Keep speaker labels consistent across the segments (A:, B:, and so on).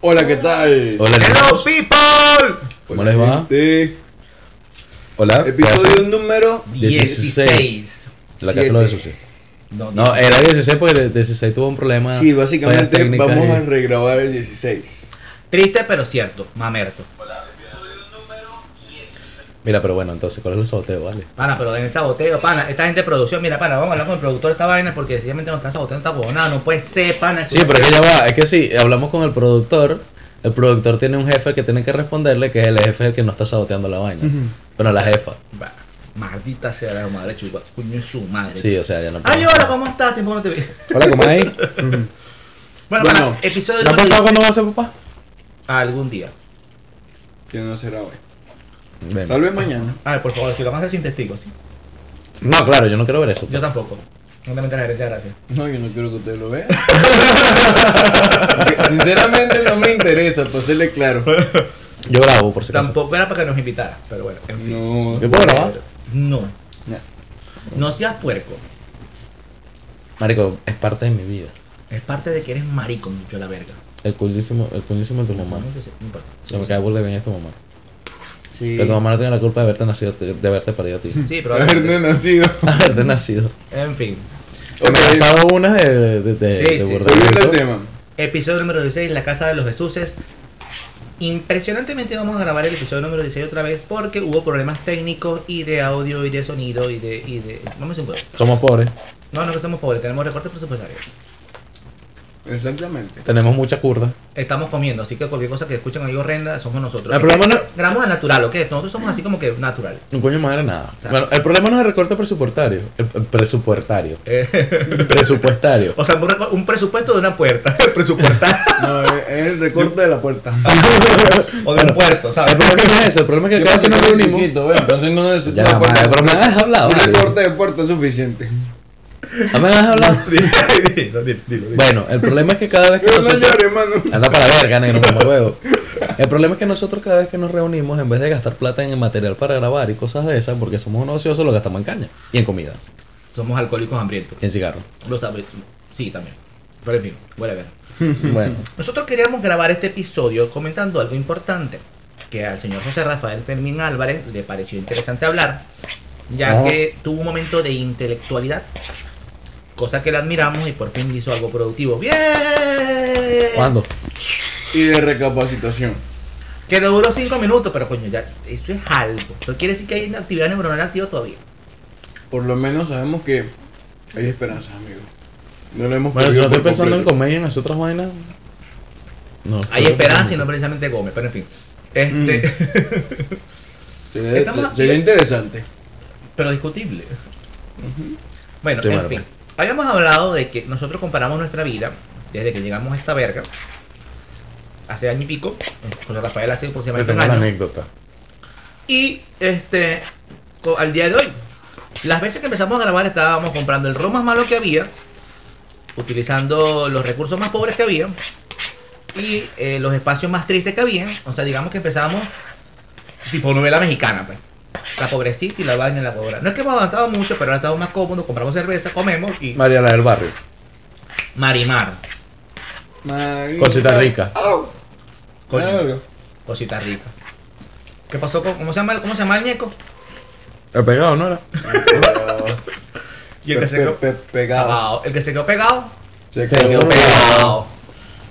A: Hola, ¿qué tal?
B: Hola,
C: Hello
B: niños.
C: people.
B: ¿Cómo les va? Ah,
A: Gente.
B: Hola.
A: este, Episodio número.
B: 16. La casa de los de Susi. No, era 16 porque el 16 tuvo un problema.
A: Sí,
B: fallas
A: básicamente
B: técnicas
A: vamos
B: y-
A: a regrabar el 16.
B: eh.
C: Triste pero cierto, mamerto.
B: Mira, pero bueno, entonces, ¿cuál es el sorteo, vale?
C: Pana, pero en el saboteo, pana, esta gente de producción, mira, pana, vamos a hablar con el productor de esta vaina porque sencillamente nos está saboteando esta huevonada, no puede ser, pana.
B: Sí, pero es que ya va, es que sí, hablamos con el productor. El productor tiene un jefe que tiene que responderle, que es el jefe el que no está saboteando la vaina. Bueno, la jefa.
C: Va, Maldita sea la madre chupa, coño es su madre.
B: Sí, o sea, ya no.
C: Ay, hola, ¿cómo estás? Tiempo no te vi.
B: Hola, ¿cómo hay?
C: Bueno,
A: Bueno,
C: pana, episodio
B: ¿No ha
C: número
B: pensado
C: 16.
B: cuándo va a ser papá?
C: Algún día.
A: Que no será hoy.
B: Ven.
A: Tal vez mañana.
C: A ver, por favor, si lo vamos a hacer sin testigos, ¿sí?
B: No, claro, yo no quiero ver eso.
C: Yo tampoco. No te metas en la herencia, gracias.
A: No, yo no quiero que ustedes lo vean. Sinceramente no me interesa, para serle claro.
B: Yo grabo, por si acaso.
C: Tampoco era para que nos invitara, pero bueno, en fin.
A: No.
B: Yo puedo grabar.
C: No,
A: No.
C: no seas puerco.
B: Marico, es parte de mi vida.
C: Es parte de que eres marico, mucho la verga.
B: El culísimo, el culísimo de tu mamá.
C: No sé, no importa.
B: Se me cae burda de bien esta mamá.
A: Sí.
B: Pero tu mamá no tiene la culpa de haberte nacido, de haberte parido a ti.
C: Sí, probablemente.
A: Haber nacido.
B: haberte nacido.
C: En fin.
B: Que Me
A: Ok.
B: lanzaba una de, de, de,
C: Sí,
B: de
C: sí.
B: burda.
A: Volviendo al tema.
C: Episodio número 16, La Casa de los Jesuses. Impresionantemente vamos a grabar el episodio número 16 otra vez porque hubo problemas técnicos y de audio y de sonido y de... Y de... Vamos a un huevo.
B: Somos pobres,
C: No, no que somos pobres, tenemos recortes presupuestarios.
A: Exactamente.
B: tenemos mucha curda.
C: Estamos comiendo, así que cualquier cosa que escuchen ahí horrenda somos nosotros.
B: El problema no-
C: Gramos al natural, ¿o qué? Nosotros somos así como que natural.
B: Un coño de madre nada.
C: Claro.
B: Bueno, el problema no es el recorte presupuestario. El, el presupuestario.
C: Eh,
B: presupuestario.
C: o sea, un reco- un presupuesto de una puerta. Presupuestar.
A: No, es es el recorte de la puerta.
B: Ah,
C: o de un puerto, ¿sabes?
B: El problema no es eso, el problema es que
A: Yo
B: cada vez
A: pensé
B: que nos
A: que era
B: reunimos.
A: chiquito, ¿ves? Entonces no es.
B: Ya,
A: no,
B: madre,
A: porque-
B: pero me has hablado,
A: Un
B: vale.
A: recorte de puerta es suficiente.
B: ¿No me has hablado?
C: dilo, dilo, dilo.
B: Bueno, el problema es que cada vez que
A: Pero no
B: nosotros.
A: llores, hermano.
B: Anda para la verga, negro, mamá huevo. El problema es que nosotros cada vez que nos reunimos, en vez de gastar plata en material para grabar y cosas de esas, porque somos unos ociosos, lo gastamos en caña. Y en comida.
C: Somos alcohólicos hambrientos.
B: Y en cigarro.
C: Lo sabes. Sí, también. Pero en fin, whatever.
B: Bueno.
C: Nosotros queríamos grabar este episodio comentando algo importante que al señor José Rafael Fermín Álvarez le pareció interesante hablar, ya
B: Ajá.
C: que tuvo un momento de intelectualidad, cosa que le admiramos y por fin hizo algo productivo. ¡Bien!
B: ¿Cuándo?
A: Y de recapacitación.
C: Que le duró cinco minutos, pero coño, ya, eso es algo. Eso quiere decir que hay una actividad neuronal activa todavía.
A: Por lo menos sabemos que hay esperanzas, amigo. No lo hemos
B: Bueno, si
A: perdido
B: no estoy
A: por
B: pensando en
A: completo.
B: comedia y en las otras vainas. No.
C: Hay
B: creo que
C: esperanza y no precisamente Gómez, pero en fin. Este,
A: Sería,
C: Estamos aquí.
A: sería interesante.
C: pero discutible. Bueno,
B: Sí,
C: en
B: bueno,
C: fin.
B: pues.
C: Habíamos hablado de que nosotros comparamos nuestra vida desde que llegamos a esta verga. Hace año y pico. José Rafael hace
B: Yo
C: aproximadamente
B: tengo
C: un
B: una
C: año.
B: anécdota.
C: Y este, co- al día de hoy, las veces que empezamos a grabar estábamos comprando el ron más malo que había, utilizando los recursos más pobres que había y eh, los espacios más tristes que había. O sea, digamos que empezamos tipo novela mexicana, pues. La pobrecita y la vaina y la pobre. No es que hemos avanzado mucho, pero ahora estamos más cómodos, compramos cerveza, comemos y
B: María la del barrio.
C: marimar.
B: Cosita rica.
A: Au.
C: Coño,
A: Claro.
C: cosita rica. ¿Qué pasó con, cómo se llama, el- cómo se llama el ñeco?
B: El pegado, ¿no era?
C: Y el que
A: Pe-
C: se
A: pe-
C: quedó Ah.
A: pe- Pegado.
C: pegado. El que se quedó pegado
A: Se
B: Se
A: quedó
B: quedó
A: pegado.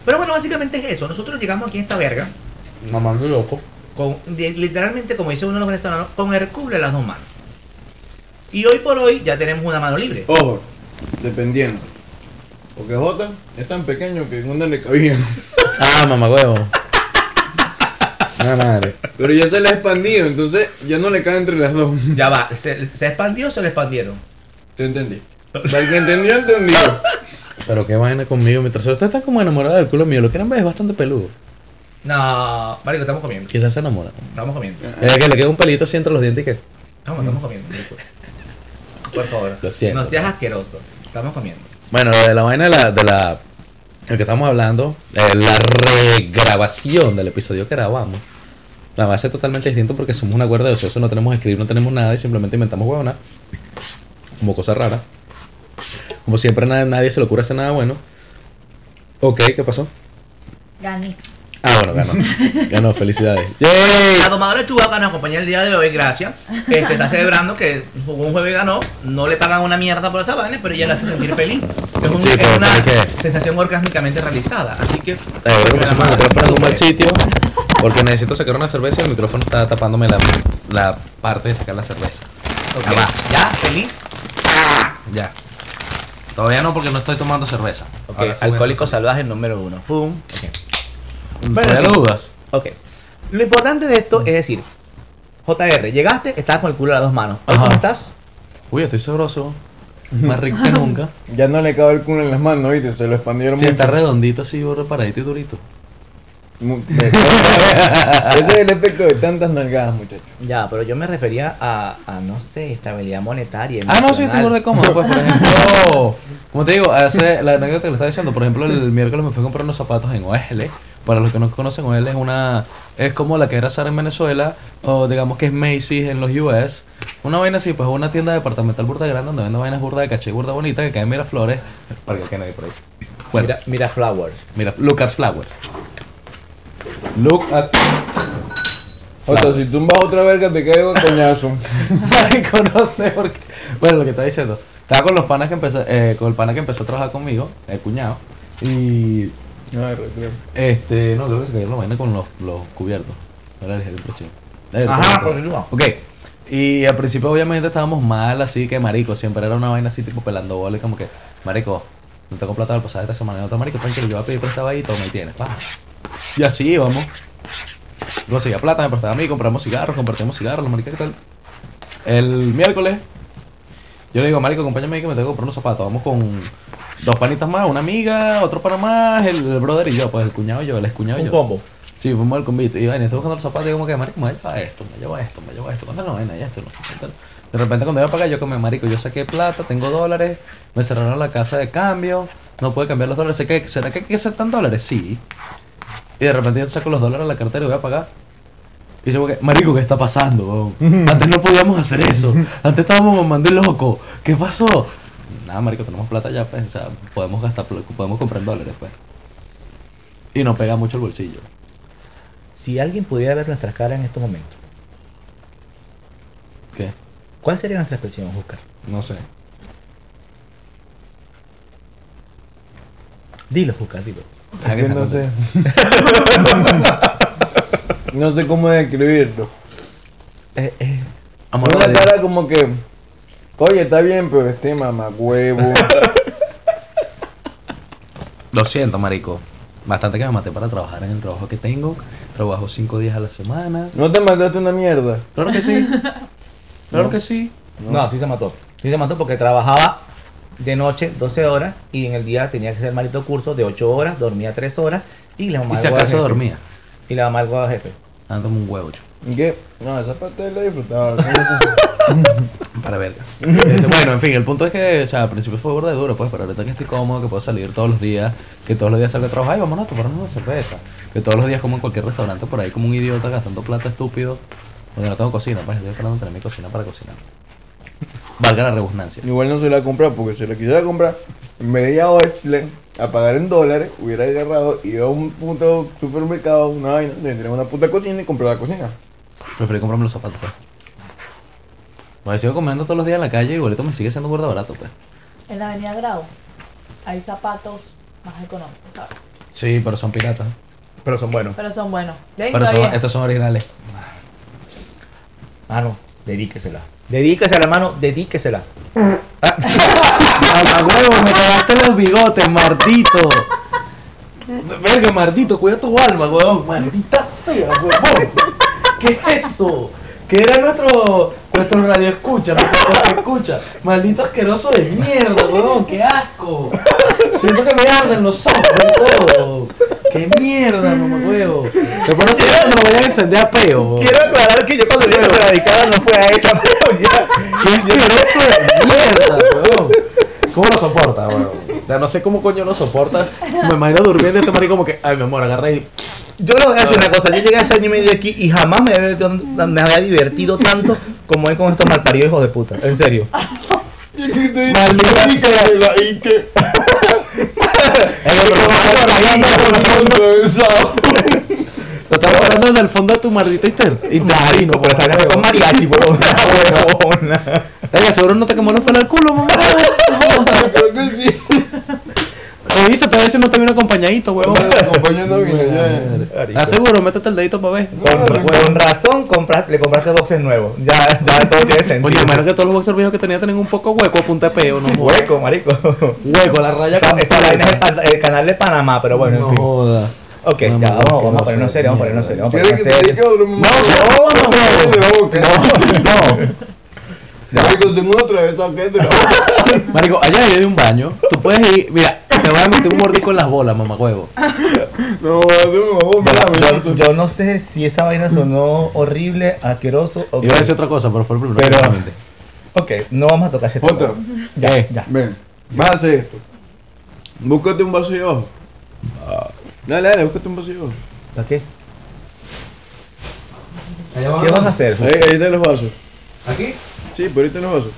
C: Pero bueno, básicamente es eso. Nosotros llegamos aquí a esta verga,
B: Mamá, muy loco.
C: con, de- literalmente, como dice uno de los venezolanos, con Hercule en las dos manos. Y hoy por hoy ya tenemos una mano libre.
A: Ojo, dependiendo. Porque Jota es tan pequeño que en una le cabía.
B: Ah, mamá huevo. Una madre.
A: Pero ya se le ha expandido, entonces ya no le cae entre las dos.
C: Ya va, ¿se, se expandió o se le expandieron?
A: Te entendí. Para el que entendió, entendió.
B: Pero qué vaina conmigo. Mientras usted está como enamorada del culo mío, lo quieren ver, es bastante peludo.
C: No, vale, que estamos comiendo.
B: Quizás se enamora.
C: Estamos comiendo.
B: Es que le queda un pelito así entre los dientes y que.
C: Estamos, estamos comiendo. Por favor,
B: Lo siento.
C: no seas asqueroso. Estamos comiendo.
B: Bueno, lo de la vaina de la. De la el que estamos hablando, eh, la regrabación del episodio que grabamos, la va a ser totalmente distinto porque somos una cuerda de ociosos, no tenemos escribir, no tenemos nada y simplemente inventamos huevonas, como cosa rara. Como siempre, a nadie se le ocurre hacer nada bueno. Ok, ¿qué pasó?
D: Gané.
B: Ah, bueno, ganó. Ganó, felicidades. Eh,
C: La domadora de Chubaca nos acompaña el día de hoy, gracias. Este, está celebrando que jugó un jueves y ganó. No le pagan una mierda por esa vaina, pero ella la hace sentir feliz. Es, un-
B: Sí,
C: es
B: pero
C: una
B: ¿sabes qué?
C: sensación orgásmicamente realizada. Así que.
B: Eh, creo que me puse
C: la
B: el
C: madre,
B: micrófono en un mal
C: saludos.
B: sitio porque necesito sacar una cerveza y el micrófono está tapándome la, la parte de sacar la cerveza.
C: Ok,
B: Ya va.
C: Ya, feliz.
B: Ah, Ya. Todavía no porque no estoy tomando cerveza.
C: Ok,
B: Ahora sí,
C: alcohólico salvaje número uno. Pum.
B: bueno. Todavía
C: Pero-
B: lo dudas.
C: Ok. Lo importante de esto es decir, JR, llegaste, estabas con el culo a las dos manos. Hoy,
B: Ajá.
C: ¿Cómo estás?
B: Uy, estoy sabroso. Más rico que nunca.
A: Ya no le cabe el culo en las manos, ¿viste? Se lo expandieron
B: Sí, está
A: mucho.
B: redondito así, reparadito y durito.
A: Mu- de- Ese es el efecto de tantas nalgadas, muchachos.
C: Ya, pero yo me refería a, a, no sé, estabilidad monetaria.
B: Ah, no, sí, estoy
C: emocional.
B: gordo de cómodo, pues, por ejemplo. Como te digo, hace la anécdota que le estaba diciendo, por ejemplo, el miércoles me fui a comprar unos zapatos en OL. Para los que no conocen, OL es una. Es como la que era Sara en Venezuela, o digamos que es Macy's en los US. Una vaina así, pues una tienda departamental burda grande donde venden vainas burda de caché, burda bonita, que caen Miraflores. Para que nadie por ahí. Bueno,
C: Mira, mira Flowers.
B: mira, look at flowers. Look at.
A: Jota, si tumbas otra verga te caigo a coñazo.
B: Marico, no sé por qué. Bueno, lo que estaba diciendo. Estaba con los panas que empezó, eh, con el pana que empezó a trabajar conmigo, el cuñado. Y este, no, creo que se cayó la vaina con los, los cubiertos. Ahora les da impresión. Eh,
C: Ajá,
B: pero-
C: continúa.
B: Ok. Y al principio obviamente estábamos mal, así que marico, siempre era una vaina así tipo pelando bola y como que, marico, no tengo plata para el pasaje esta semana, no te marico, tranquilo, yo voy a pedir prestado ahí, toma y tienes, pa. Y así íbamos. Conseguía plata, me prestaba a mí, compramos cigarros, compartimos cigarros, los maricas y tal. El miércoles, yo le digo, marico, acompáñame ahí que me tengo que comprar unos zapatos. Vamos con dos panitas más, una amiga, otro pana más, el, el brother y yo, pues el cuñado y yo, el excuñado y
C: Un
B: yo.
C: combo.
B: Sí, fuimos al convite. Y bueno, estoy buscando los zapatos y como que, marico, me lleva esto, me lleva esto, me lleva esto. ¿Cuántas no vaina? Y esto, no sé qué tal. De repente cuando iba para acá, yo como, marico, yo saqué plata, tengo dólares, me cerraron la casa de cambio, no puedo cambiar los dólares. ¿Sé que- ¿Será que aquí aceptan dólares? Sí. Y de repente yo saco los dólares a la cartera y voy a pagar. Y yo como que, marico, ¿qué está pasando? weón? Antes no podíamos hacer eso. Antes estábamos mamando y loco. ¿Qué pasó? Nada, marico, tenemos plata ya, pues. O sea, podemos gastar, podemos comprar en dólares, pues. Y nos pega mucho el bolsillo.
C: Si alguien pudiera ver nuestras caras en este estos momentos,
B: ¿Qué?
C: ¿cuál sería nuestra expresión, Oscar?
B: No sé.
C: Dilo, Oscar, dilo.
B: Ah, que
A: Que no
B: está
A: sé. no sé cómo describirlo.
C: Eh, eh,
B: Amor,
A: Una
B: de-
A: cara como que. Oye, está bien, pero este mamá huevo.
B: Lo siento, marico. Bastante que me maté para trabajar en el trabajo que tengo. Trabajo cinco días a la semana.
A: No te mandaste una mierda.
B: Claro que sí. Claro que sí.
C: no. sí se mató. Sí se mató porque trabajaba de noche 12 horas y en el día tenía que hacer maldito curso de 8 horas, dormía 3 horas y la mamá
B: Y si
C: algo al
B: acaso
C: jefe.
B: dormía.
C: Y la mamá algo al jefe.
B: Dándome un huevo, yo.
A: ¿Y qué? No, esa parte la disfrutaba.
B: Para verga. Este, bueno, en fin, el punto es que, o sea, al principio fue burde duro, pues, pero ahorita que estoy cómodo, que puedo salir todos los días, que todos los días salgo a trabajar y vámonos a tomarnos una cerveza. Que todos los días como en cualquier restaurante por ahí, como un idiota gastando plata estúpido. Porque no tengo cocina, pues estoy esperando tener mi cocina para cocinar. Valga la redundancia.
A: Igual no se la comprar porque si la quisiera comprar, en media hora a pagar en dólares, hubiera agarrado, ido a un puto supermercado, una vaina, tendría una puta cocina y comprar la cocina.
B: Preferí comprarme los zapatos, pues. Me sigo comiendo todos los días en la calle y boleto me sigue siendo gorda barato, pues.
D: En la avenida Grau hay zapatos más económicos, ¿sabes?
B: Sí, pero son piratas.
C: Pero son buenos.
D: Pero son buenos. ¿Ven?
B: Pero
D: Está
B: son-
D: bien.
B: estos son originales.
C: Ah, no, dedíquesela. Dedíquesela, hermano, dedíquesela.
B: ¡Mamá huevo! ¡Me cagaste los bigotes, Martito! Verga, Martito, cuida tu alma, huevón. Maldita sea, huevón. ¿Qué es eso? Que era nuestro, nuestro radio escucha, nuestro escucha. Maldito asqueroso de mierda, huevón. ¡Qué asco! Siento que me arden los ojos y todo. ¡Qué mierda, mamá huevo! Después no se no me vayan a encender a peo. huevón.
C: Quiero aclarar que yo cuando dije que la dedicada no fue a esa, pero ya.
B: ¡Qué asqueroso de mierda, weón! ¿Cómo lo soporta, weón? O sea, no sé cómo coño lo soporta. Me imagino durmiendo este marico como que, ay, mi amor, agarra y...
C: Yo le voy a decir
B: Ah.
C: una cosa, yo llegué a ese año y medio aquí y jamás me había, me había divertido tanto como hoy con estos malparidos hijos de puta, en serio.
B: Maldita sea. El otro marico agarrando, hablando del fondo de tu maldito inter, intestino.
C: Marico, pero esa vaina fue con mariachi, huevón. Huevona.
B: Oiga, seguro no te quemó los pelos del culo, mamá.
A: Creo que sí.
B: Revisa, te voy a decir no te vino acompañadito, huevón.
A: Acompañando vino, ya.
C: Marico.
B: Aseguro, métete el dedito para ver.
C: Con, con razón compras- le compraste boxes nuevos. Ya, ya todo tiene
B: Oye,
C: sentido.
B: a menos que todos los boxers viejos que tenía tenían un poco hueco a punta de peo, no jodas.
C: Hueco, marico.
B: Hueco, la raya
C: Esa, esa
B: completa.
C: vaina es el, pan- el canal de Panamá, pero bueno, en
B: No
C: fin.
B: joda. No,
C: Ok, ya,
B: no,
C: vamos,
B: que
C: vamos
B: no
C: a ponernos
B: sé,
C: serios, vamos a
B: mierda.
C: ponernos serios, vamos a
A: Creo
C: ponernos
A: que te
C: serios.
A: digo, bro, mamá.
B: No, se lo vamos,
A: Cállate la boca.
C: No,
A: Marico, tengo otra vez, cállate la boca.
B: Marico, allá hay un baño. Tú puedes ir, mira, te voy a meter un mordico en las bolas, mamá huevo.
C: Ah,
A: No, no, no, me la
C: no. Yo, yo-
A: meto.
C: yo no sé si esa vaina sonó horrible, asqueroso o
B: Iba a decir otra cosa, pero fue el primero.
C: Pero-
B: que me inventé.
C: Ok, no vamos a tocar ese tema.
A: Otra.
C: Ya,
B: ¿Qué?
C: ya.
A: Ven, vas a hacer esto. Búscate un vaso de ojo. Dale, dale, búscate un vaso de ojo.
C: ¿Para qué? ¿Qué vas a hacer?
A: Ahí, ahí están los vasos.
E: ¿Aquí?
A: Sí, por ahí están los vasos.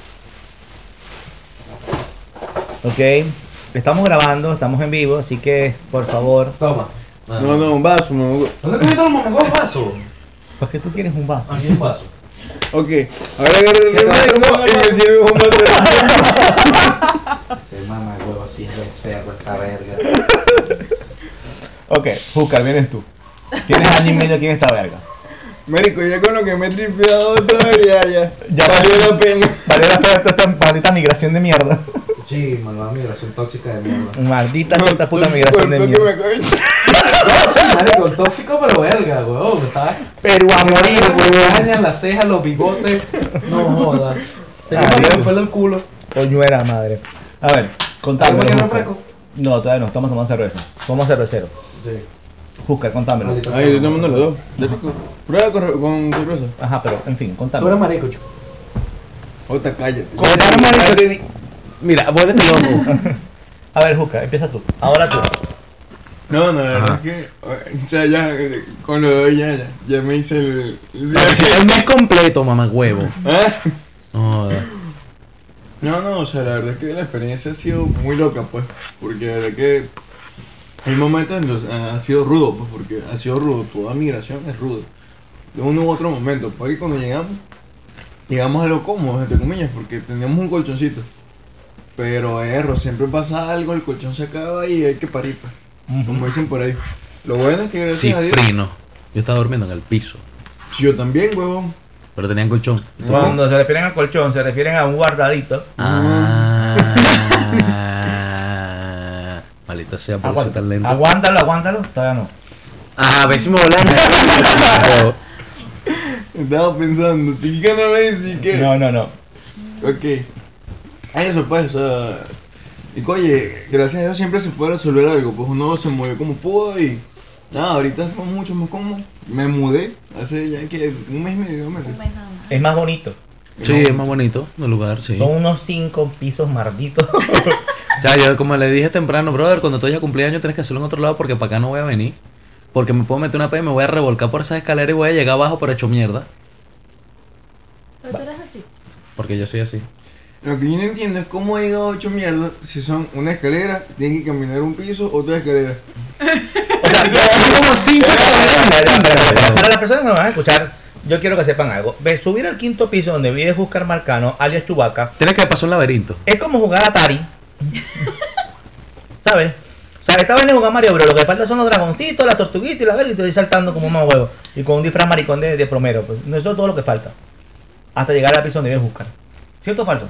C: Ok, estamos grabando, estamos en vivo, así que por favor.
B: Toma.
C: Ah.
A: No, no, un vaso, mamá.
B: ¿Dónde comiste los mamacos vaso?
C: ¿Para qué pues tú quieres un vaso?
B: Aquí un vaso.
A: Ok, ahora agarra el remoto y me sirve un vaso.
B: Se mama huevo así, lo cerro esta verga.
C: Ok, Júcar, vienes tú. Tienes año y medio aquí en esta verga.
A: Marico, ya con lo que me he tripeado todo, ya, ya.
C: Ya
A: valió la pena.
C: Vale la pena esta maldita migración de mierda.
B: Sí, malvada migración tóxica de mierda.
C: Maldita esta puta
A: No,
C: migración de
A: cuerpo que
C: mierda.
A: me coge.
B: Ah, Marico, tóxico pero verga, huevón. ¿sabes?
C: Pero a morir, huevón.
B: dañan las cejas, los bigotes. No jodas. Se
C: Ah,
B: me
C: bien.
B: el pelo del culo.
C: Coñuela madre. A ver, contame.
B: ¿Te imaginas refresco?
C: No, todavía no, estamos tomando cerveza. Somos cerveceros.
B: Sí.
C: Júcar, contámelo.
B: Maldita
A: Ahí,
B: sea,
A: yo te
B: mamá.
A: mando los dos. Ya te- Prueba con, con cerveza.
C: Ajá, pero en fin,
B: Tú eres
C: contame.
B: marico, chico.
A: Otra, cállate.
B: Contar, marico. Mira, vuélvete loco.
C: A ver, Júcar, empieza tú. Ahora tú.
A: No, no, la verdad es que. O sea, ya, eh, con los dos ya, ya. Ya me hice el. el-
B: Pero si es un mes completo, mamá huevo.
A: ¿Ah?
B: No jodas.
A: No, no, o sea, la verdad es que la experiencia ha sido muy loca, pues. Porque la verdad que hay momentos en los eh, ha sido rudo, pues, porque ha sido rudo. Toda migración es rudo. De uno u otro momento. Porque cuando llegamos, llegamos a lo cómodo, entre comillas, porque teníamos un colchoncito. Pero, erro, siempre pasa algo, el colchón se acaba y hay que parir, pues. Como dicen por ahí. Lo bueno es que gracias a Dios.
B: Cifrino. Yo estaba durmiendo en el piso,
A: Yo también, huevón.
B: pero tenían colchón. ¿Y tú?
C: Cuando se refieren al colchón, se refieren a un guardadito.
B: Ah. Maldita sea, por eso tan lento.
C: Aguántalo, aguántalo. Todavía no.
B: Ah, a ver si me volan. Pero,
A: Estaba pensando, chica no me dice que.
C: No, no, no.
A: Ok. Ah, Eso pues, o sea, y oye, gracias a Dios siempre se puede resolver algo, pues uno se movió como pudo y nada, ahorita es mucho más cómodo. Me mudé hace ya que un mes y medio, dos meses.
D: Un mes nada más.
C: Es más bonito.
B: sí, es más bonito el lugar, sí.
C: Son unos cinco pisos marditos.
B: O sea, yo como le dije temprano, brother, cuando tú ya cumplí años tienes que hacerlo en otro lado porque para acá no voy a venir. Porque me puedo meter una pena y me voy a revolcar por esas escaleras y voy a llegar abajo por hecho mierda.
D: Pero tú eres así.
B: Porque yo soy así.
A: Lo que yo no entiendo es cómo he ido ocho mierdas si son una escalera, tienen que caminar un piso, otra escalera.
C: O sea,
B: como cinco
C: Espera, espera, espera. Para las personas que nos van a escuchar, yo quiero que sepan algo. Ve, subir al quinto piso donde vive Juscar Marcano, alias Chubaca,
B: Tienes que pasar un laberinto.
C: es como jugar Atari. ¿Sabes? O sea, esta vez le jugar Mario, pero lo que falta son los dragoncitos, las tortuguitas y la verga, y te estoy saltando como un mamá huevo. Y con un disfraz maricón de, de promero. Pues. No, Eso es todo lo que falta. Hasta llegar al piso donde vive Juscar. ¿Cierto o falso?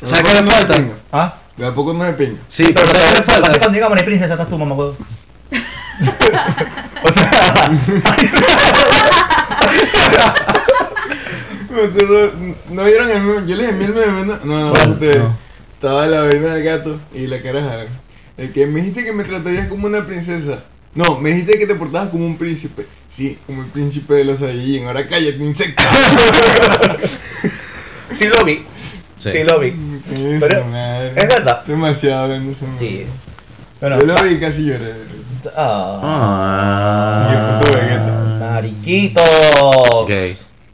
A: ¿De
B: ¿Sabes
A: a poco
B: qué le
A: no me
B: falta?
A: pinga?
C: ¿Ah?
A: ¿De a poco no me pinga?
B: Sí, pero
C: Pero
B: ¿sabes qué le
C: Aparte,
B: falta?
C: cuando digamos, "Ay, princesa, estás tú, mamá huevo.
A: O sea. me acuerdo, no vieron el meme. Yo les envié el meme, ¿no? No, no,
B: ¿Cuál?
A: ustedes.
B: No.
A: Estaba la vaina del gato y la cara de Haran. El que me dijiste que me tratarías como una princesa. No, me dijiste que te portabas como un príncipe. Sí, como el príncipe de los Saiyajin. Ahora cállate, insecto.
C: Sí lo vi, sí,
B: Sí.
C: lo vi. Pero,
A: Esa madre.
C: es verdad.
A: Demasiado hablando esa madre.
C: Bueno,
A: Yo lo vi y casi lloré. de risa.
C: ah,
B: Ah.
A: Y el puto Vegeta.
C: mariquitos.
B: Ok.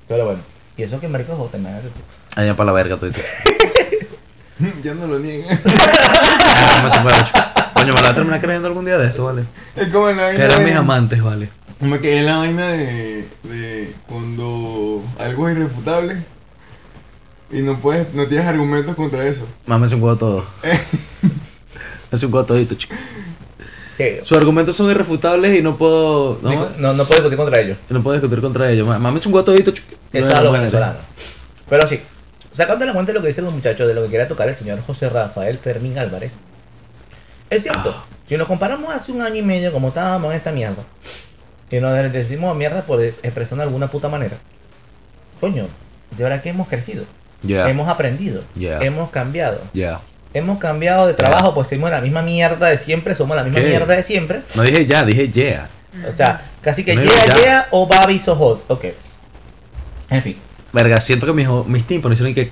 C: Pero bueno, y eso que marico es Jota, madre.
B: Allá para la verga, tú dices.
A: Ya no lo niegues.
B: Ah, me se fue el ocho. Coño, me la voy a terminar creyendo algún día de esto, vale.
A: Es como la vaina
B: Que eran
A: de-
B: mis amantes, vale.
A: No me quedé en la vaina de, de cuando algo es irrefutable y no puedes, no tienes argumentos contra eso.
B: Mames un huevo todo.
A: Eh.
B: Es un huevo todito, chico.
C: Sí.
B: Sus argumentos son irrefutables y no puedo. No,
C: No, no, no puedo discutir contra ellos.
B: no puedo discutir contra ellos. Ma- Mames un huevo todito, chico. No
C: Eso
B: hay
C: es lo
B: manera.
C: venezolano. Pero sí, sacando la cuenta de lo que dicen los muchachos, de lo que quería tocar el señor José Rafael Fermín Álvarez, es cierto,
B: Ah.
C: si nos comparamos hace un año y medio, como estábamos en esta mierda, y nos decimos mierda por expresarnos de alguna puta manera, coño, de verdad que hemos crecido,
B: Yeah.
C: hemos aprendido,
B: Yeah.
C: hemos cambiado,
B: Yeah.
C: hemos cambiado de trabajo, pues seguimos la misma mierda de siempre, somos la misma
B: ¿Qué?
C: mierda de siempre,
B: No dije ya, dije yeah.
C: o sea, casi que
B: No digo
C: yeah,
B: ya.
C: yeah o Babi so hot, ok. En fin.
B: Verga, siento que mis, o- mis tímpanos hicieron que.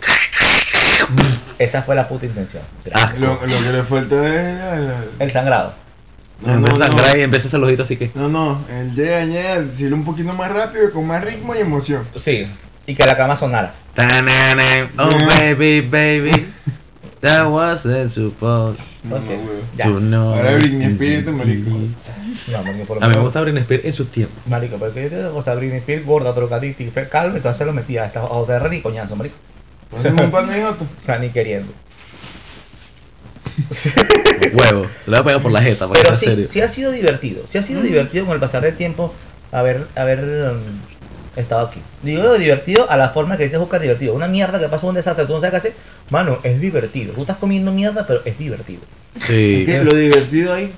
C: Esa fue la puta intención.
B: Ah.
A: Lo, lo que le falta es. la- la-
C: El sangrado.
A: No,
B: me
A: no,
B: empieza a
A: no.
B: sangrar y empieza ese lojito así que.
A: No, no, el yeah, yeah, decirlo un poquito más rápido, con más ritmo y emoción.
C: Sí. Y que la cama sonara.
B: Tanana, Oh baby, baby. That wasn't supposed
A: No, no,
C: Ok.
A: weón.
C: Ya.
B: to know.
A: Ahora Britney Spears, este marico.
C: No, porque por lo
B: A mí me
C: menos-
B: gusta Britney Spears en sus tiempos.
C: Marico, pero que yo te digo cosa, Britney Spears, gorda, drogadicta y fe- calma, entonces lo metía a esta otra y coñazo, marico.
A: Hacemos un par de minutos.
C: O sea, ni queriendo.
B: Huevo. Le voy a pegar por la jeta, para que
C: Pero
B: sea
C: sí,
B: serio.
C: sí ha sido divertido. Sí ha sido divertido con el pasar del tiempo haber, haber mm, estado aquí. Digo divertido a la forma que dice buscar divertido. Una mierda que pasó un desastre, tú no sabes qué hacer. Mano, es divertido. Tú estás comiendo mierda, pero es divertido.
B: Sí.
A: Que lo divertido ahí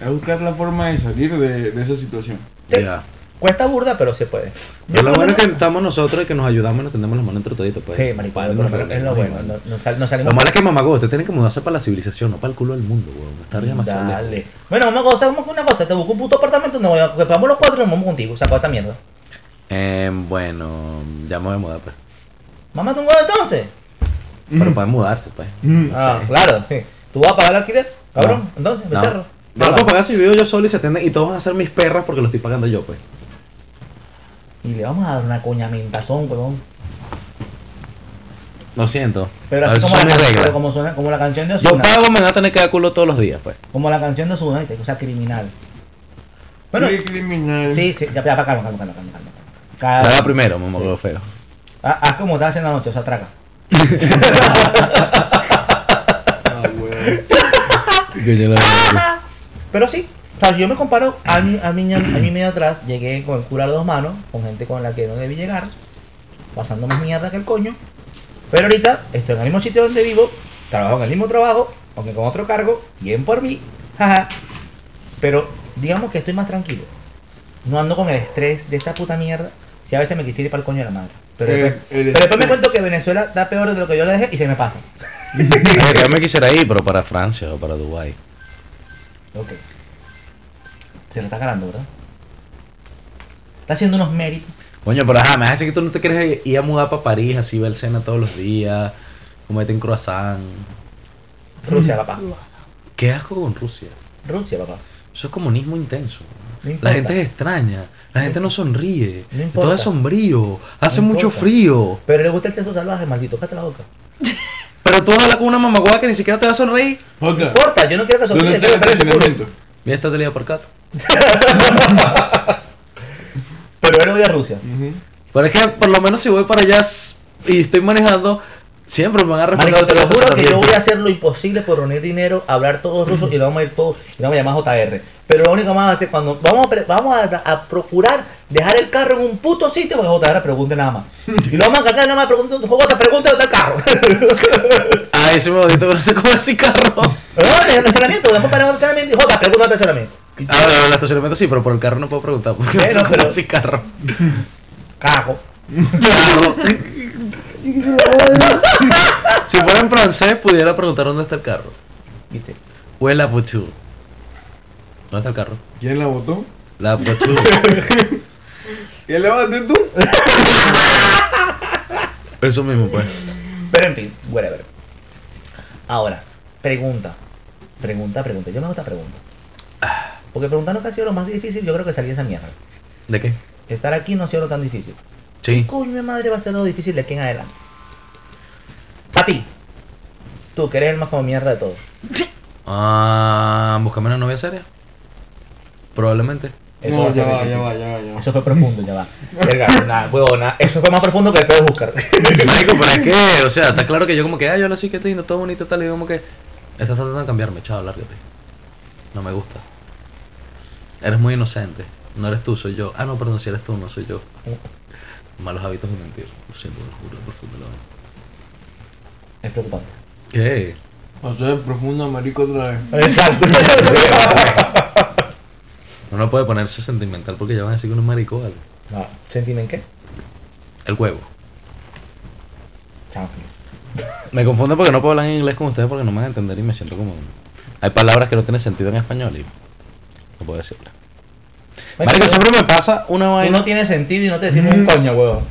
A: es buscar la forma de salir de, de esa situación.
C: Sí.
B: Ya.
C: Cuesta burda, pero se puede.
B: Pero
C: Yo
B: lo
C: por
B: bueno es
C: menos-
B: que estamos nosotros y que nos ayudamos y nos tendemos las manos entre toditos. Pues.
C: Sí, maricuano,
B: Nos
C: es lo
B: reunimos,
C: bueno.
B: marico.
C: No, no sal- no salimos
B: pues, Lo malo es que mamagó, ustedes tienen que mudarse para la civilización, no para el culo del mundo, weón. Está demasiado lejos.
C: Dale. Bueno, una cosa, vamos con una cosa. Te busco un puto apartamento, no voy a. que Pagamos los cuatro y nos vamos contigo. Sacó esta mierda.
B: Eh, bueno, ya me voy a mudar, pues.
C: Mamá, tú un huevo entonces.
B: Pero pueden mudarse, pues.
A: Mm.
C: Ah, claro. sí. ¿Tú vas a pagar el alquiler? Cabrón,
B: No.
C: entonces,
B: No.
C: becerro.
B: Yo no
C: Ah,
B: puedo
C: vale.
B: pagar si vivo yo solo y se atienden y todos van a ser mis perras porque lo estoy pagando yo, pues.
C: Y le vamos a dar una coñamentazón, huevón.
B: Lo siento.
C: Pero
B: A
C: así
B: ver,
C: como
B: son mis
C: la, can-
B: reglas.
C: pero como, suena, como la canción de
B: Yo
C: Osuna.
B: pago, me van a tener que dar culo todos los días, pues.
C: Como la canción de Osuna, ¿viste? cosa criminal. Bueno,
A: Qué criminal.
C: sí, sí, ya, ya, calma, calma, calma, calma. calma.
B: La
C: calma.
B: haga primero, mamagó feo.
C: Ah, Haz como estás haciendo anoche, o sea, traga.
A: Ah, weón.
B: Yo lo-
C: Pero sí, o sea, si yo me comparo a mi, a mi, a mi medio atrás, llegué con el cura a dos manos, con gente con la que no debí llegar, pasando más mierda que el coño. Pero ahorita estoy en el mismo sitio donde vivo, trabajo en el mismo trabajo, aunque con otro cargo, bien por mí, jaja. Pero digamos que estoy más tranquilo. No ando con el estrés de esta puta mierda. Si a veces me quisiera ir para el coño de la madre. Pero,
A: Eh, El-
C: después,
A: el
C: pero después me
A: estrés.
C: cuento que Venezuela da peor de lo que yo le dejé y se me pasa.
B: Ay, Yo me quisiera ir, pero para Francia o para Dubai.
C: Ok. Se le está ganando, ¿verdad? Está haciendo unos méritos.
B: Coño, pero ajá, me hace que tú no te quieres ir a mudar para París, así ver cena todos los días, comerte un croissant.
C: Rusia, papá.
B: Qué asco con Rusia.
C: Rusia, papá.
B: Eso es comunismo intenso.
C: No importa.
B: La gente es extraña, la gente no sonríe,
C: No importa.
B: todo es sombrío, hace
C: No
B: mucho
C: importa.
B: frío.
C: Pero le gusta el sexo salvaje, maldito. Cállate la boca.
B: Pero tú vas a hablar con una mamagua que ni siquiera te va a sonreír.
C: No
A: Otra.
C: importa, yo no quiero que se
A: ¿Dónde
C: olvide.
A: está el
C: quiero que aparezca el culo.
A: estacionamiento?
B: Mira esta telea por Cato.
C: Pero él odia a Rusia.
A: Ujú.
B: Pero es que por lo menos si voy para allá s- y estoy manejando, siempre me van a responder.
C: Marico, te lo
B: otra
C: juro
B: cosa
C: que yo
B: también.
C: voy a hacer lo imposible por reunir dinero, hablar todos rusos y lo vamos a ir todos y lo vamos a llamar JR. Pero lo único que vamos a hacer cuando vamos a, pre- vamos a, a procurar dejar el carro en un puto sitio para que JR pregunte nada más. Y lo vamos a encargar nada más preguntando, Jota, pregúntale dónde está el carro.
B: Ay, ese me bonito, pero no sé cómo así carro.
C: Pero bueno, el estacionamiento, vamos para el estacionamiento. Jota, pregunta el estacionamiento.
B: Ah, bueno, el estacionamiento sí, pero por el carro no puedo preguntar, porque no sé
C: Bueno,
B: cómo
C: pero-
B: así carro.
C: Carajo.
B: Carro. si fuera en francés, pudiera preguntar dónde está el carro.
C: ¿Viste?
B: O es la voiture. ¿Dónde está el carro?
A: ¿Quién la votó?
B: La voiture.
A: ¿Quién la votaste tú?
B: Eso mismo, pues.
C: Pero en fin, whatever. Ahora, pregunta. Pregunta, pregunta. Yo me hago esta pregunta. Porque preguntar no ha sido lo más difícil, yo creo que salí de esa mierda.
B: ¿De qué?
C: Estar aquí no ha sido lo tan difícil.
B: Sí.
C: Coño, mi madre va a ser lo difícil de aquí en adelante. Para ti. Tú, que eres el más como mierda de todos.
B: Ah, buscame una novia seria. Probablemente.
C: Eso
A: no,
C: va a
A: ya
C: ser
A: va,
C: difícil.
A: ya va, ya va, ya
C: eso fue profundo, ya va. Verga, nada, huevona. Eso fue más profundo que el pedo de Oscar.
B: Marico, ¿para qué? O sea, está claro que yo como que, ah, yo lo sí que te lindo, todo bonito, tal, y yo como que, estás tratando de cambiarme, chao, lárgate. No me gusta. Eres muy inocente. No eres tú, soy yo. Ah, no, perdón, si eres tú, no soy yo. Malos hábitos de mentir. Lo siento, lo juro, profundo lo
C: Es preocupante.
B: ¿Qué?
A: Pasó de profundo a marico otra vez.
C: Exacto.
B: Uno puede ponerse sentimental porque ya van a decir que uno es marico, ¿vale?
C: No, ¿sentiment qué?
B: El huevo.
C: Chao.
B: Me confundo porque no puedo hablar en inglés con ustedes porque no me van a entender y me siento como... Hay palabras que no tienen sentido en español y no puedo decirlas. Marico, siempre me pasa una
C: Tú
B: vaina...
C: no tienes sentido y no te decimos un coño, huevón.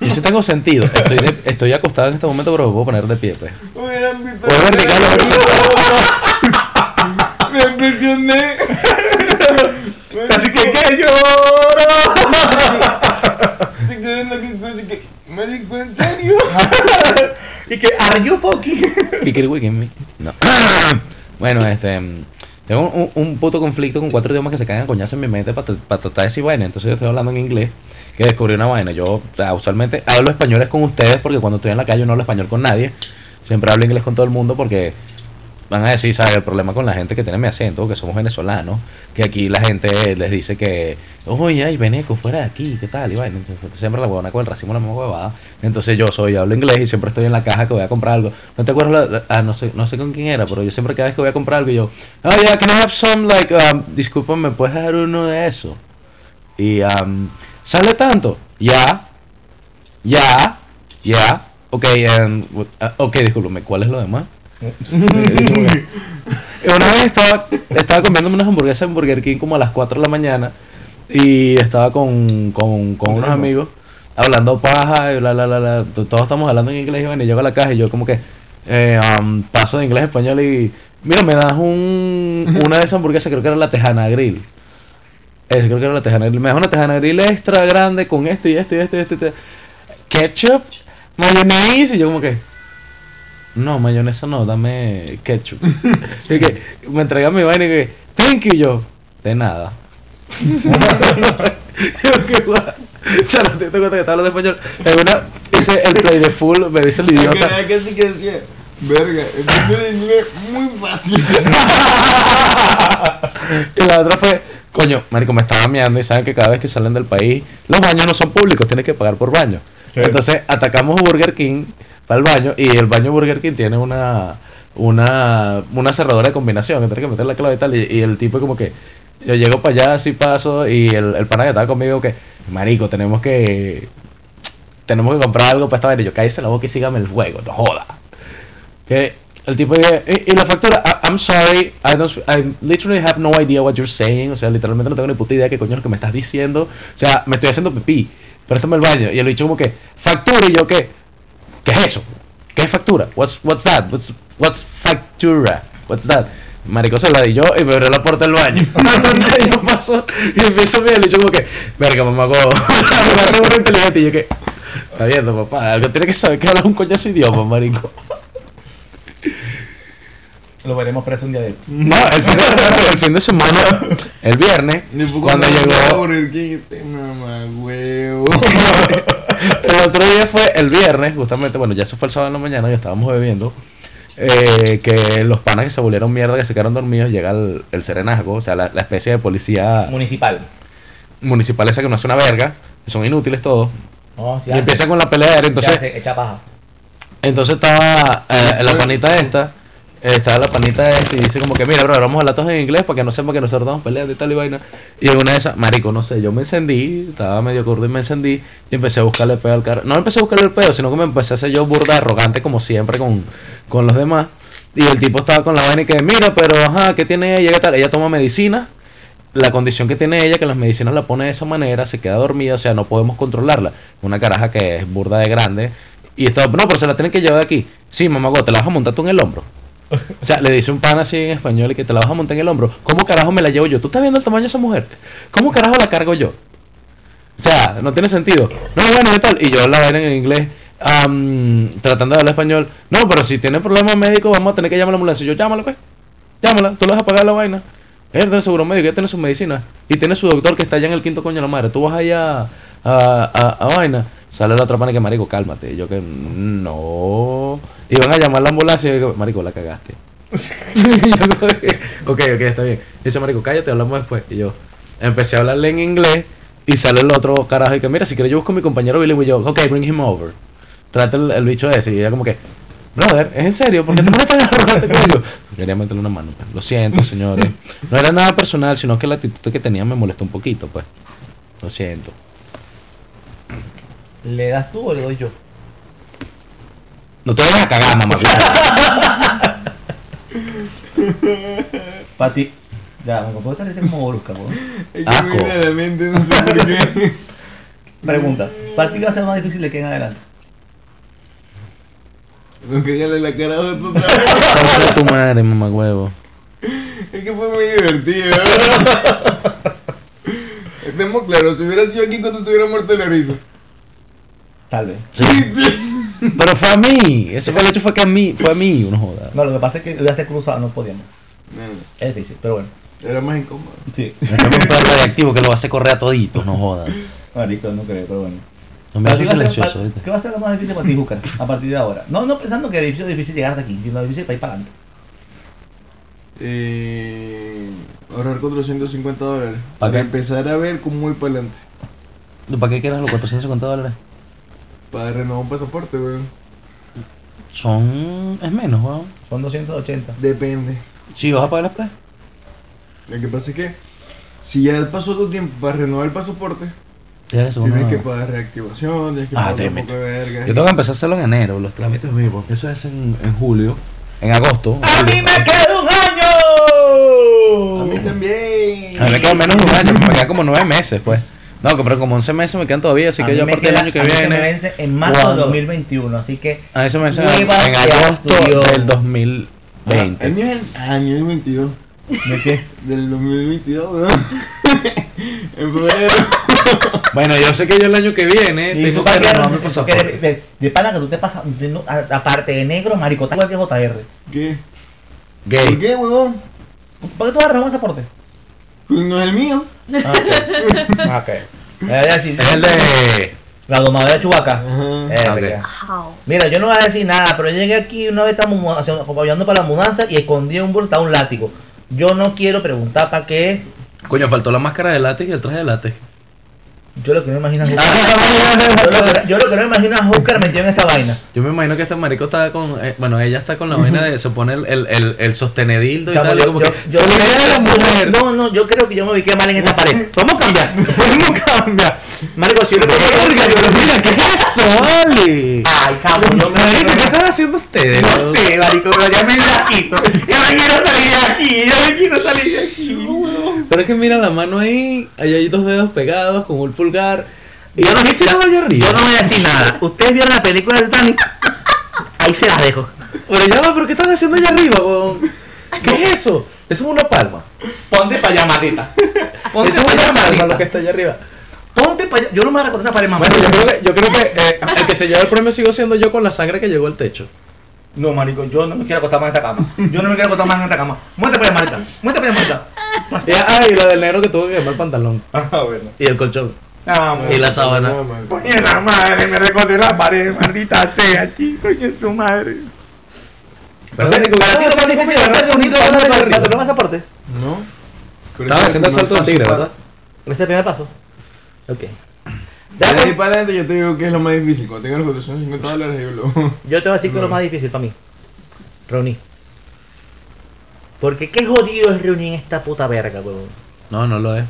B: Yo sí tengo sentido. Estoy, de- estoy acostado en este momento, pero me puedo poner de pie, pues.
A: Hubieran visto.
B: O es vertical o es horizontal.
A: Me impresioné.
C: Así que que lloro.
A: Se quedó en la que así que. Marico, ¿en serio?
C: Y que are you fucking.
B: Kikiriwiki en mí. No. bueno, este. mm, Tengo un, un puto conflicto con cuatro idiomas que se caen a coñazo en mi mente para tratar de decir vaina. Entonces yo estoy hablando en inglés, que descubrí una vaina. Yo, o sea, usualmente hablo españoles con ustedes porque cuando estoy en la calle no hablo español con nadie. Siempre hablo inglés con todo el mundo porque van a decir, ¿sabes? El problema con la gente que tiene mi acento, que somos venezolanos, que aquí la gente les dice que, oye, ay, veneco, fuera de aquí, ¿qué tal? Y bueno, entonces, siempre la huevona con el racismo, la misma huevada. Entonces yo soy, hablo inglés y siempre estoy en la caja que voy a comprar algo. ¿No te acuerdas? la- la- ah, no sé, no sé con quién era, pero yo siempre cada vez que voy a comprar algo, yo, oh, yeah, can I have some, like, um, disculpa, ¿me puedes dejar uno de eso? Y, um, ¿sale tanto? Ya. Ya, ya. Ok, em, what- ah, ok, discúlpame, ¿cuál es lo demás? Una vez estaba, estaba comiéndome unas hamburguesas en Burger King como a las 4 de la mañana y estaba con, con, con unos amigos hablando paja y bla, bla, bla, bla. To- Todos estamos hablando en inglés y bueno, y llego a la caja y yo como que eh, am, paso de inglés a español y... Mira, me das un, una de esas hamburguesas, creo que era la Tejana Grill. Eso, creo que era la tejana grill. Me dejó una tejana grill extra grande con esto y esto y esto y esto. y esto. Ketchup, mayonesa. Y yo como que... No, mayonesa no, dame ketchup. y que me entrega mi vaina y que... Thank you, y yo. De nada. yo que guau. O sea, no te das cuenta que estaba hablando español. En una, hice el play de full, me dice el
A: Yo
B: idiota.
A: creía que sí que decía. Verga, el tipo de inglés muy fácil.
B: Y la otra fue, coño, marico, me estaba meando y saben que cada vez que salen del país, los baños no son públicos, tienes que pagar por baño.
C: Sí.
B: Entonces atacamos Burger King para el baño y el baño Burger King tiene una, una, una cerradura de combinación, que tienes que meter la clave y tal. Y, y el tipo como que, yo llego para allá, así paso y el, el pana que estaba conmigo que, marico, tenemos que... Tenemos que comprar algo para esta vaina. Y yo, cállese la boca y sígame el juego, no joda. Que el tipo dice, y, y la factura, I- I'm sorry, I, don't, sp- I literally have no idea what you're saying. O sea, literalmente no tengo ni puta idea de qué coño es lo que me estás diciendo. O sea, me estoy haciendo pipí, préstame el baño. Y el bicho como que, factura, y yo que, ¿qué es eso? ¿Qué es factura? What's, what's that? What's, what's factura? What's that? Marico se la di yo y me abrió la puerta del baño. y yo paso y empiezo a mirar el bicho como que, verga, mamá, go. Agarré un inteligente y yo que, está viendo, papá, algo tiene que saber que hablas un coñazo idioma, marico.
C: Lo veremos preso un día de él.
B: No, el fin de semana, el fin de semana, el viernes,
A: Ni poco
B: cuando
A: me voy a
B: llegó,
A: Burger King, este mamá huevo.
B: el otro día fue el viernes, justamente, bueno, ya se fue el sábado en la mañana y estábamos bebiendo, eh, que los panas que se volvieron mierda, que se quedaron dormidos, llega el, el serenazgo, o sea, la, la especie de policía
C: Municipal.
B: municipal esa que no hace una verga, que son inútiles todos,
C: No, si
B: y empieza con la pelea, entonces...
C: echa paja.
B: Entonces estaba eh, la panita esta, eh, estaba la panita esta y dice como que, mira, bro, ahora vamos a hablar todos en inglés para que no sepa que nosotros estamos peleando y tal y vaina. Y en una de esas, marico, no sé, yo me encendí, estaba medio gordo y me encendí y empecé a buscarle el pedo al carro. No empecé a buscarle el pedo, sino que me empecé a hacer yo burda arrogante como siempre con, con los demás. Y el tipo estaba con la vaina y que, mira, pero ajá, ¿qué tiene ella? ¿Qué tal? Ella toma medicina la condición que tiene ella, que las medicinas la pone de esa manera, se queda dormida, o sea, no podemos controlarla. Una caraja que es burda de grande. Y está, no, pero se la tienen que llevar de aquí. Sí, mamá, go, te la vas a montar tú en el hombro. O sea, le dice un pan así en español y que te la vas a montar en el hombro. ¿Cómo carajo me la llevo yo? ¿Tú estás viendo el tamaño de esa mujer? ¿Cómo carajo la cargo yo? O sea, no tiene sentido. No, bueno, y tal. Y yo la vaina en inglés, am, tratando de hablar español. No, pero si tiene problemas médicos, vamos a tener que llamar a la ambulancia. Yo, llámala, pues. Llámala, tú le vas a pagar la vaina. Él tiene seguro médico, ya tiene su medicina. Y tiene su doctor que está allá en el quinto coño de la madre. Tú vas allá a, a, a- a vaina. Sale la otra pana y que, marico, cálmate. Y yo que, no. Y van a llamar a la ambulancia y yo que, marico, la cagaste. Y yo como que, ok, ok, está bien. Y dice, marico, cállate, hablamos después. Y yo empecé a hablarle en inglés y sale el otro carajo y que, mira, si quieres yo busco a mi compañero bilingüe. Y yo, ok, bring him over. Trata el, el bicho ese. Y ella como que, brother, ¿es en serio? ¿Por qué te molestas en agarrarte conmigo? Quería meterle una mano. pues. Lo siento, señores. No era nada personal, sino que la actitud que tenía me molestó un poquito, pues. Lo siento.
C: ¿Le das tú o le doy yo?
B: No te vayas a cagar, mamá.
C: Para ti. Ya, me comporto te como brusca, weón.
A: Es que
B: Asco.
A: me viene a la mente, no sé por qué.
C: Pregunta. ¿Para ti va a ser más difícil de aquí en adelante?
A: No queríale la cara a otro otra vez.
B: Cállate tu madre, mamá huevo.
A: Es que fue muy divertido. ¿verdad? Estemos claros, si hubiera sido aquí cuando estuviera muerto el erizo.
C: Tal vez.
B: Sí. Pero fue a mí. Ese fue el hecho fue que a mí, fue a mí, no jodas.
C: No, lo que pasa es que lo hace cruzado, no podíamos.
A: No,
C: Es difícil, pero bueno.
A: no, era más incómodo.
C: Sí.
B: Me cambió un perro radiactivo que lo hace correr a toditos, no jodas.
C: Marico, no creo, pero bueno.
B: No me
C: Para ti
B: hace
C: va a ser-
B: silencioso,
C: para-
B: ¿viste?
C: ¿Qué va a ser lo más difícil para ti, Júcar? A partir de ahora. No, no pensando que es difícil, difícil llegar hasta aquí, sino difícil para ir para adelante.
A: Eh, ahorrar 450 dólares. Para
B: ¿Para qué?
A: empezar a ver cómo voy para adelante.
B: ¿Para qué quieres los 450 dólares?
A: Para renovar un pasaporte, weón.
B: Son. es menos, weón.
C: Son 280.
A: Depende.
B: Sí, vas a pagar las tres.
A: Lo que pasa es que si ya pasó tu tiempo para renovar el pasaporte,
B: Tienes que subir
A: tienes
B: una-
A: que pagar reactivación, tienes que
B: Ah,
A: pagar un
B: damn it.
A: poco de verga.
B: Yo tengo que empezar a hacerlo en enero, los trámites vivos. Eso es en, en julio, en agosto. en
C: ¡A
B: julio,
C: mí me
B: perdón.
C: queda un año!
A: A mí también.
B: A mí me quedan menos de un año, me quedan como nueve meses, pues. No, que- pero como 11 meses me quedan todavía, así
C: A
B: que
C: mí
B: yo a
C: me
B: partir del
C: queda-
B: año que
C: a mí se
B: viene.
C: me vence en marzo de
B: ¿Cuándo?
C: 2021, así que
B: A mí se me vence en,
C: Huevas
B: en
C: de
B: agosto
C: estudio.
B: del
A: Ah, El
B: 2020.
A: mío es el año el 22.
C: ¿De qué?
A: Del 2022, weón. en febrero.
B: Bueno, yo sé que yo el año que viene
C: Y tú
B: tengo que
C: cualquier-
B: renovar mi
C: tú
B: pasaporte.
C: quieres- de- De pana que tú te pasas, de no- a- aparte de negro, marico, estás igual que JR.
A: ¿Qué? ¿Por
B: Gay.
A: qué, weón?
C: ¿Para qué tú vas a renovar pasaporte?
B: Mm.
A: Pues no es el mío.
C: Ah, ok. Voy a decir,
B: Es el de.
C: La domadora de Chubaca.
A: Ajá.
C: Eh,
B: Ah, ok.
C: verga.
D: Au.
C: Mira, yo no voy a decir nada, pero llegué aquí una vez estamos mu- haciendo- acompañando para la mudanza y escondí en un bolso estaba un látigo. Yo no quiero preguntar para qué es.
B: Coño, faltó la máscara de látex y el traje de látex.
C: Yo lo que no imagino es Júcar. Yo lo que- Yo lo que Ah, no imagino es Júcar metido en esa vaina.
B: Yo me imagino que este marico está con. eh, bueno, ella está con la vaina de. Se pone el, el, el, el sostenedildo y
C: Chamo,
B: tal. y
C: yo-
B: como
C: yo-
B: que.
C: yo-
B: "Felicidades a la mujer!
C: No, no, yo creo que yo me ubiqué mal en esta pared. Vamos a cambiar, vamos a cambiar. Marico, si yo no
B: Verga, pero mira, ¿qué es eso, vale?
C: Ay, chamo, yo me
B: Marico, ¿qué están haciendo ustedes?
C: No sé, marico, pero ya me la quito. Ya me quiero salir de aquí, ya me quiero salir de aquí.
B: Pero es que mira la mano ahí, ahí hay dos dedos pegados con un pulgar. Y yo no quisiera ver allá arriba.
C: Yo no voy a decir nada. Ustedes vieron la película del Titanic. Ahí se las dejo.
B: Pero ya va, ¿pero qué están haciendo allá arriba, weón? ¿Qué es eso? Eso es una palma.
C: Ponte para allá, maldita. Ponte
B: eso es
C: para allá,
B: una palma lo que
C: maldita.
B: está allá arriba.
C: Ponte para allá. Yo no me voy a recordar esa pared, mamá.
B: Bueno, yo creo que, yo creo que eh, el que se lleva el premio sigo siendo yo con la sangre que llegó al techo.
C: No, marico, yo no me quiero acostar más en esta cama. Yo no me quiero acostar más en esta cama. Muévete para allá, maldita. Muévete para allá,
B: Y, ah, y la del negro que tuvo que llamar el pantalón.
C: maldita. Ah, bueno.
B: Y el colchón.
C: Ah,
B: Y la sábana.
A: No, man.
C: la madre, me recordé la pared, maldita sea, chico, y su madre.
B: Pero marico, ¿qué
C: ¿Para
B: están
C: ti lo más
B: haciendo?
C: difícil
B: ¿Cómo
C: es
B: llegaron
C: sonido
B: allá
C: de la
B: arriba?
C: ¿Para vas a parte?
A: No. Pero
B: Estaban
A: eso
B: haciendo el
A: no
B: salto de
A: es
B: tigre,
A: fácil.
B: ¿verdad?
C: Ese es el primer paso.
B: Ok.
C: Ya,
A: De ahí
C: pues,
A: para adelante yo te digo que es lo más difícil. Cuando tenga los 450 dólares, yo lo.
C: yo te voy a decir que es lo más difícil para mí. Reunir. Porque qué jodido es reunir en esta puta verga, huevón.
B: No, no lo es.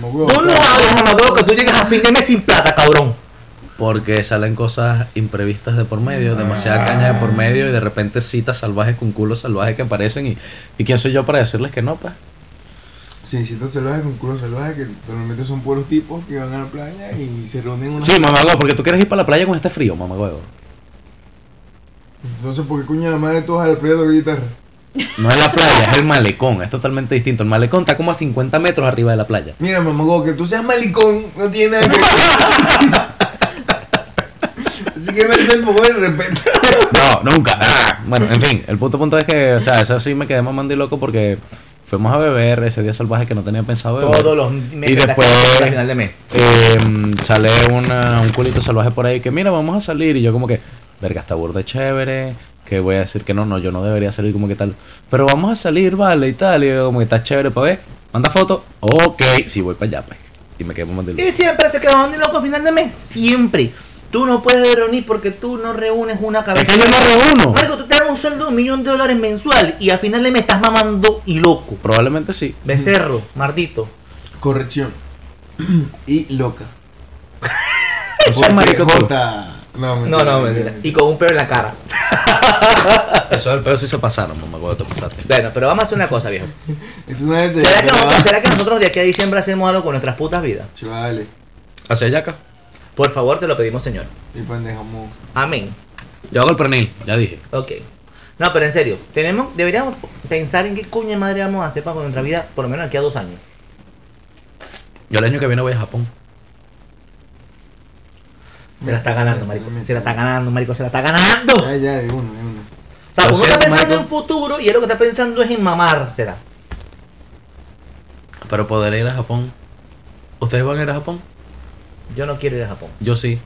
A: Mamá,
C: Tú no hables, mamá, huevo, que tú llegas a fin de mes sin plata, cabrón.
B: Porque salen cosas imprevistas de por medio, demasiada caña de por medio y de repente citas salvajes con culos salvajes que aparecen y, y quién soy yo para decirles que no, pues.
A: Sí, citas salvajes con culo salvaje, que normalmente son puros tipos que van a la playa y se reúnen una.
B: Sí, mamagüevo, porque tú quieres ir para la playa con este frío, mamagüevo.
A: Entonces, ¿por qué coño de la madre tú vas al playa de guitarra?
B: No es la playa, es el malecón, es totalmente distinto. El malecón está como a 50 metros arriba de la playa.
A: Mira, mamá, go, que tú seas malicón no tiene nada que ver. Así que merece un poco de respeto.
B: No, nunca. Bueno, en fin, el punto punto es que, o sea, eso sí me quedé mamando y loco porque Fuimos a beber ese día salvaje que no tenía pensado beber.
E: Todos los meses
B: Y
E: de la
B: después-
E: quincena, al final de mes.
B: Eh, sale una- un culito salvaje por ahí que, mira, vamos a salir. Y yo, como que, verga, está burda de chévere. Que voy a decir que no, no, yo no debería salir, como que tal. Pero vamos a salir, vale, y tal. Y yo, como que está chévere para ver. Manda foto. Ok, sí, voy para allá, pues. Y me quedé para mandarlo.
E: Y siempre se quedó donde loco a final de mes.
C: Siempre. Tú no puedes reunir porque tú no reúnes una
B: Es
C: cabeza.
B: que yo no reúno.
C: Marico, tú te das un sueldo de un millón de dólares mensual y al final me estás mamando y loco.
B: Probablemente sí.
C: Becerro, mardito.
A: Corrección. y loca.
B: Eso es marico tú.
A: Jota. No,
E: No, no, mentira.
C: Y con un pelo en la cara.
B: Eso del pedo sí se pasaron, mamá, cuando te pasaste.
C: Bueno, pero vamos a hacer una cosa, viejo.
A: Eso no es de
C: ¿Será que, nosotros, será que nosotros de aquí a diciembre hacemos algo con nuestras putas vidas?
A: Chavales.
B: Hacia allá acá.
C: Por favor, te lo pedimos, señor.
A: Y pendejamos.
C: Amén.
B: Yo hago el pernil, ya dije.
C: Ok. No, pero en serio, tenemos, deberíamos pensar en qué coño de madre vamos a hacer para con nuestra vida, por lo menos aquí a dos años.
B: Yo el año que viene voy a Japón.
C: Se la está ganando, marico. Se la está ganando, marico. Se la está ganando.
A: Ya, ya, de uno, de uno.
C: O sea,
B: Lo
C: uno está
B: siento,
C: pensando
B: marico.
C: en futuro y él lo que está pensando es en mamársela.
B: Pero podré ir a Japón. ¿Ustedes van a ir a Japón?
C: Yo no quiero ir a Japón.
B: Yo sí.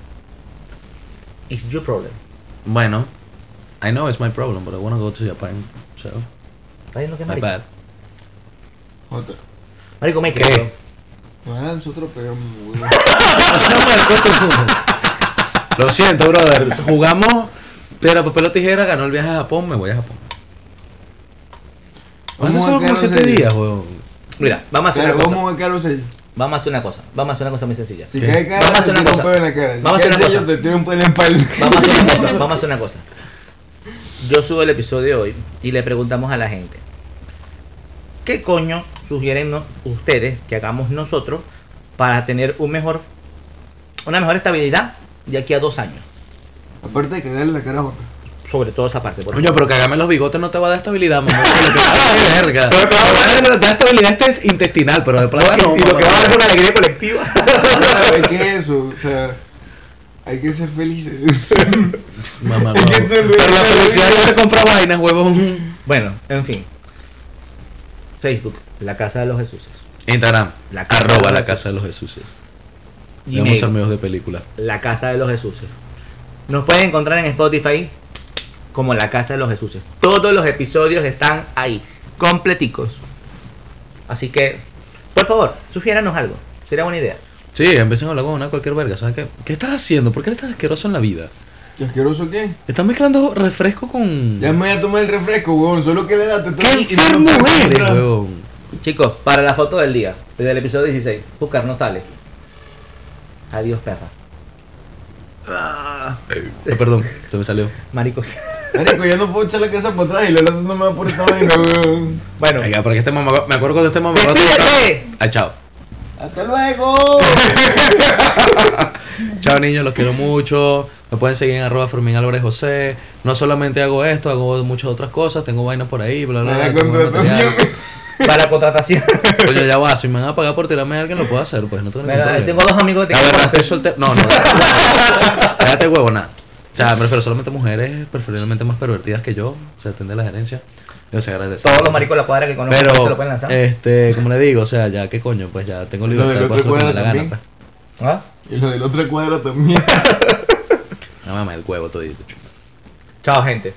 C: It's your problem.
B: Bueno, I know it's my problem, but I want to go to Japan. So,
C: ¿Estás viendo qué
B: my
C: marico?
B: bad.
A: Jota.
C: Marico, me
B: ¿Qué?
C: creo.
A: Bueno, nosotros pegamos. güey.
B: Lo siento, brother. Jugamos piedra, papel o tijera, ganó el viaje a Japón, me voy a Japón. Hace
A: Vamos a
B: solo como
A: quedarnos
B: 7
A: ahí.
B: días, weón.
C: Mira, vamos a hacer
A: Claro,
C: una cosa.
A: vamos a caro sello.
C: Vamos a hacer una cosa. Vamos a hacer una cosa muy sencilla.
A: Si
B: ¿Qué?
A: cae cara,
C: Vamos
A: te
C: a hacer una
A: tiro un
C: cosa.
A: pelo en la cara. Si
C: Vamos a
A: cae
C: hacer una
A: sello,
C: cosa.
A: te tiro un pelo en la espalda.
C: Vamos a hacer una cosa. Vamos a hacer una cosa. Yo subo el episodio de hoy y le preguntamos a la gente. ¿Qué coño sugieren no- ustedes que hagamos nosotros para tener un mejor, una mejor estabilidad de aquí a dos años?
A: Aparte de cagarle la cara a Jota.
C: Sobre todo esa parte. por
B: Coño,
C: favor.
B: pero cagarme los bigotes no te va a dar estabilidad, mamá. Lo que te da verga. Probablemente no te da estabilidad este es intestinal, pero de plata no.
E: Y lo
B: mamá.
E: que va a dar es una alegría colectiva.
A: Claro, es que eso, o sea, hay que ser felices.
B: Mamá,
A: Es que
B: huevo.
A: se lo-
B: Pero la felicidad no te compra vainas, huevón.
C: Bueno, en fin. Facebook, la casa de los Jesús.
B: Instagram,
C: La casa
B: arroba
C: de los
B: la casa de los Jesuses. Vamos
C: Gmail,
B: amigos de película.
C: la casa de los Jesús. Nos pueden encontrar en Spotify como la casa de los Jesús. Todos los episodios están ahí, completicos. Así que, por favor, sugiéranos algo. Sería buena idea.
B: Sí, empiezan a hablar con una cualquier verga. ¿Sabes qué? ¿Qué estás haciendo? ¿Por qué eres tan asqueroso en la vida?
A: ¿Qué asqueroso qué?
B: Estás mezclando refresco con.
A: Ya me voy a tomar el refresco, weón. Solo que le da
B: ¡Qué
A: tetón y no
B: enfermo
A: lo puedo
B: eres,
A: comprar.
B: huevón!
C: Chicos, para la foto del día, desde el episodio 16, Júcar no sale. Adiós, perras.
B: Eh, perdón, se me salió.
C: Maricos.
A: Marico, ya no puedo echar la casa para atrás y la lata no me va a por esta vaina, weón.
E: Bueno,
B: Venga, porque este mamá. Me acuerdo cuando este mamá.
E: despídete.
B: Ah, chao.
A: ¡Hasta luego!
B: Chao niños, los quiero mucho. Me pueden seguir en arroba Fermín Álvarez José. No solamente hago esto, hago muchas otras cosas. Tengo vainas por ahí, bla, bla,
A: Para
B: bla.
A: la
B: tengo
A: contratación.
B: material.
E: para contratación.
B: Coño, ya va. Si me van a pagar por tirarme a alguien, lo puedo hacer, pues. No tengo ningún
C: eh,
E: Mira, ahí
C: este
B: problema.
E: tengo dos amigos que te
B: La verdad, estoy soltero. No, no. Déjate huevo, nada. O sea, me refiero solamente a mujeres, preferiblemente más pervertidas que yo. O sea, atender la gerencia. Yo se agradece.
E: Todos los maricos de la cuadra que conozco
B: Pero,
E: se lo pueden lanzar.
B: este, como le digo, o sea, ya, ¿qué coño? Pues ya tengo libertad
A: del
B: de
A: otro
B: hacer lo que me dé
A: cuadro
B: la gana.
A: también.
B: Pues.
E: ¿Ah?
A: Y lo del otro cuadro también.
B: pues. No mames, el huevo todito. chico.
E: Chao, gente.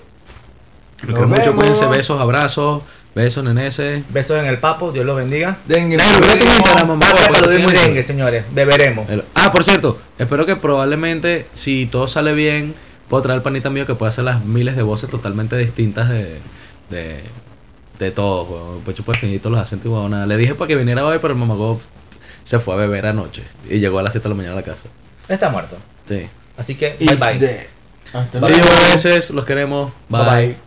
B: Los
A: Nos
B: quiero mucho,
A: vemos.
B: cuídense. Besos, abrazos. Besos, neneses.
E: Besos en el papo, Dios los bendiga.
A: Dengue,
B: Dengue, vete a Instagram, mamá,
E: Patria,
B: guapa,
E: pero doy muy
B: siempre.
E: dengue, Eh. señores. Beberemos.
B: El- Ah, por cierto, espero que probablemente, si todo sale bien, puedo traer al panita mío que pueda hacer las miles de voces totalmente distintas de. de. de todos, weón. Pecho pues fingir todos los acentos y huevonada. Le dije para que viniera hoy, pero el mamagó se fue a beber anoche. Y llegó a las 7 de la mañana a la casa.
E: Está muerto.
B: Sí.
E: Así que, bye
A: Is
E: bye.
A: dead. Hasta
B: Sí,
A: luego.
B: besos, los queremos.
E: Bye,
B: bye.
E: bye.